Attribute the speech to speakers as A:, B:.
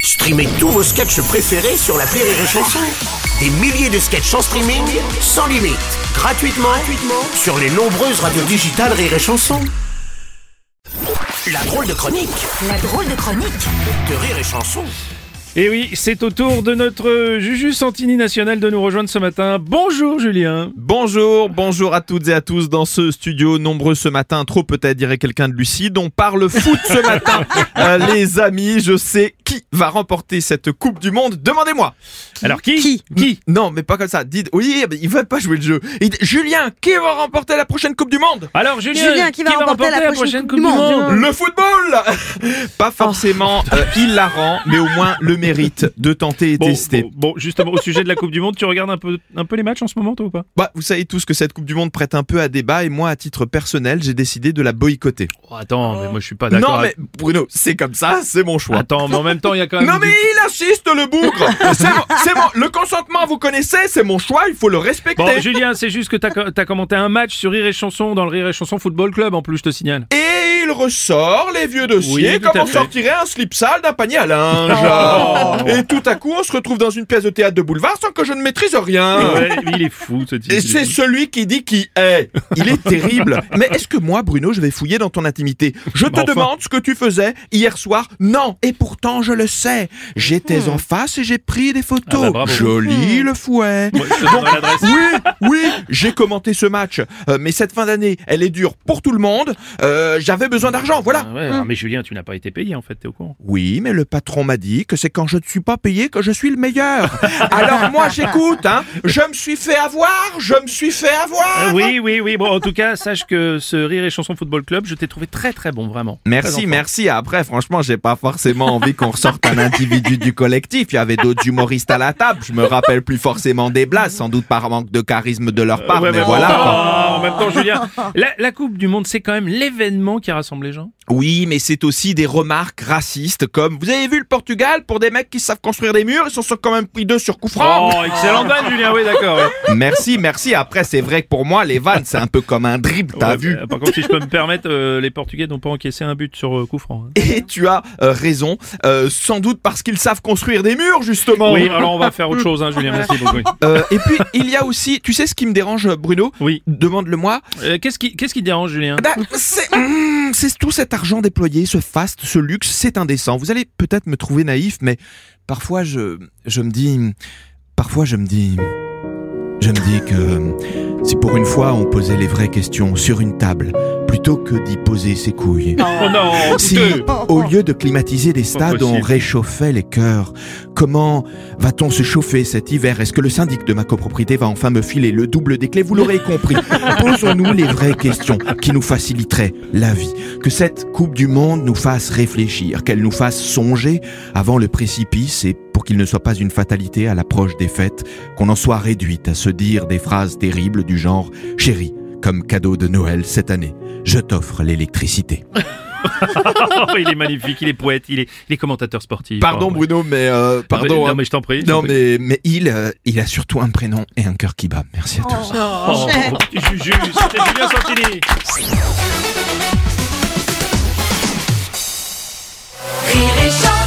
A: Streamez tous vos sketchs préférés sur la Rire et Chanson. Des milliers de sketchs en streaming, sans limite, gratuitement, gratuitement sur les nombreuses radios digitales Rire et Chanson. La drôle de chronique
B: La drôle de chronique
A: de Rire et Chanson.
C: Et Eh oui, c'est au tour de notre Juju Santini national de nous rejoindre ce matin. Bonjour Julien.
D: Bonjour, bonjour à toutes et à tous dans ce studio, nombreux ce matin, trop peut-être dirait quelqu'un de lucide. On parle foot ce matin, Euh, les amis. Je sais qui va remporter cette Coupe du Monde. Demandez-moi.
C: Alors qui Qui,
D: Non, mais pas comme ça. Dites, oui, mais ils veulent pas jouer le jeu. Ils disent, Julien, qui va remporter la prochaine Coupe du Monde
C: Alors Julien,
E: Julien, qui va remporter la prochaine Coupe du Monde
C: Hmm.
D: le football Pas forcément euh, hilarant, mais au moins le mérite de tenter et
C: Oh. Bon,
D: tester.
C: bon, bon, justement, au sujet de la Coupe du Monde, tu regardes un peu, un peu les matchs en ce moment, toi ou pas
D: Bah, vous savez tous que cette Coupe du Monde prête un peu à débat et moi, à titre personnel, j'ai décidé de la boycotter.
C: Oh, Attends, mais moi je suis pas
D: Non, mais Bruno, c'est comme ça, c'est mon choix.
C: Ah, Attends, mais en même temps, il y a quand
D: Non mais il assiste le bougre C'est mon, c'est mon- le consentement vous connaissez, c'est mon choix, il faut le respecter.
C: Bon, Julien, c'est juste que t'as co- t'as commenté un match sur Rire et Chanson dans le Rire et Chanson Football Club, en plus, je te signale.
D: Et il ressort les vieux dossiers
C: Oui, tout
D: comme
C: à
D: on
C: fait. Oh.
D: sortirait un slip sale d'un panier à linge. Et tout à coup, on se retrouve dans une pièce de théâtre de boulevard sans que je ne maîtrise rien.
C: Ouais, il est fou, ce type.
D: Ah Et c'est celui qui dit qui est. Il est terrible. Mais est-ce que moi, Bruno, je vais fouiller dans ton intimité Je te
C: Bah, enfin.
D: demande ce que tu faisais hier soir. Non. Et pourtant, je le sais. J'étais en face et j'ai pris des photos.
C: Hmm. Ah bah, bravo.
D: Joli le fouet.
C: Moi, je te donne l'adresse.
D: Oui, oui, j'ai commenté ce match, Euh, mais cette fin d'année, elle est dure pour tout le monde. Euh, J'avais besoin d'argent, voilà.
C: Ah ouais, alors, mais Julien, tu n'as pas été payé, en fait, t'es au courant.
D: Oui, mais le patron m'a dit que c'est quand je ne suis pas payé que je suis le meilleur. Alors moi, j'écoute, hein. Je me suis fait avoir, je me suis fait avoir.
C: Euh, oui, oui, oui. Bon, en tout cas, sache que ce Rire et Chanson Football Club, je t'ai trouvé très, très bon, vraiment. Très en
D: Merci,
C: forme.
D: merci. Après, franchement, j'ai pas forcément envie qu'on ressorte un individu du collectif. Il y avait d'autres humoristes à la table. Je me rappelle plus forcément des blagues, sans doute par manque de charisme de leur part,
C: Ouais,
D: Euh, mais
C: mais
D: voilà.
C: bon,
D: quoi.
C: oh, en même temps, Julien, la, la Coupe du Monde, c'est quand même l'événement qui rassemble les gens.
D: Oui, mais c'est aussi des remarques racistes comme Vous avez vu le Portugal pour des mecs qui savent construire des murs, ils s'en sont quand même pris deux sur coup franc.
C: excellent Oh, vanne, Julien, oui, d'accord. ouais.
D: Merci, merci. Après, c'est vrai que pour moi, les vannes, c'est un peu comme un dribble, t'as
C: Ouais,
D: vu.
C: euh, Par contre, si je peux me permettre, euh, les Portugais n'ont pas encaissé un but sur euh, coup franc. hein.
D: Et tu as euh, raison, euh, sans doute parce qu'ils savent construire des murs, justement.
C: Oui, alors on va faire autre chose, hein, Julien, merci beaucoup.
D: Euh, et puis, il y a aussi, tu sais ce qui me dérange, Bruno
C: Oui.
D: Demande-le moi.
C: Euh, Qu'est-ce qui, qu'est-ce qui te dérange, Julien
D: Bah, c'est Mm, c'est tout cet argent déployé, ce faste, ce luxe, c'est indécent. Vous allez peut-être me trouver naïf, mais parfois je, je me dis, parfois je me dis, je me dis que si pour une fois on posait les vraies questions sur une table plutôt que d'y poser ses couilles.
C: Oh non,
D: Si,
C: honteux.
D: au lieu de climatiser les stades, on
C: possible.
D: réchauffait les cœurs, comment va-t-on se chauffer cet hiver Est-ce que le syndic de ma copropriété va enfin me filer le double des clés Vous l'aurez compris. Posons-nous les vraies questions qui nous faciliteraient la vie. Que cette Coupe du Monde nous fasse réfléchir, qu'elle nous fasse songer avant le précipice et pour qu'il ne soit pas une fatalité à l'approche des fêtes, qu'on en soit réduite à se dire des phrases terribles du genre « Chérie, comme cadeau de Noël cette année, je t'offre l'électricité ».
C: Oh, il est magnifique, il est poète, il est, il est commentateur sportif. Oh,
D: Pardon
C: ouais.
D: Bruno, mais euh,
C: Non, mais-
D: pardon.
C: Non,
D: hein.
C: mais je t'en prie. je
D: Non
C: t'en prie.
D: mais mais il euh, il a surtout un prénom et un cœur qui bat. Merci à tous.
C: Oh, Juju, c'était Julien Santini.
B: Rire et Chanson